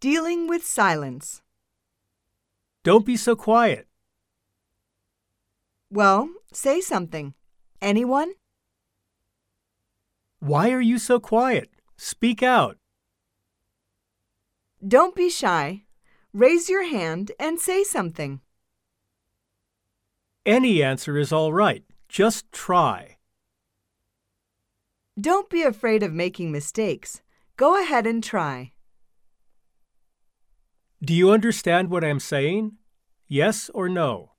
Dealing with silence. Don't be so quiet. Well, say something. Anyone? Why are you so quiet? Speak out. Don't be shy. Raise your hand and say something. Any answer is all right. Just try. Don't be afraid of making mistakes. Go ahead and try. Do you understand what I'm saying? Yes or no?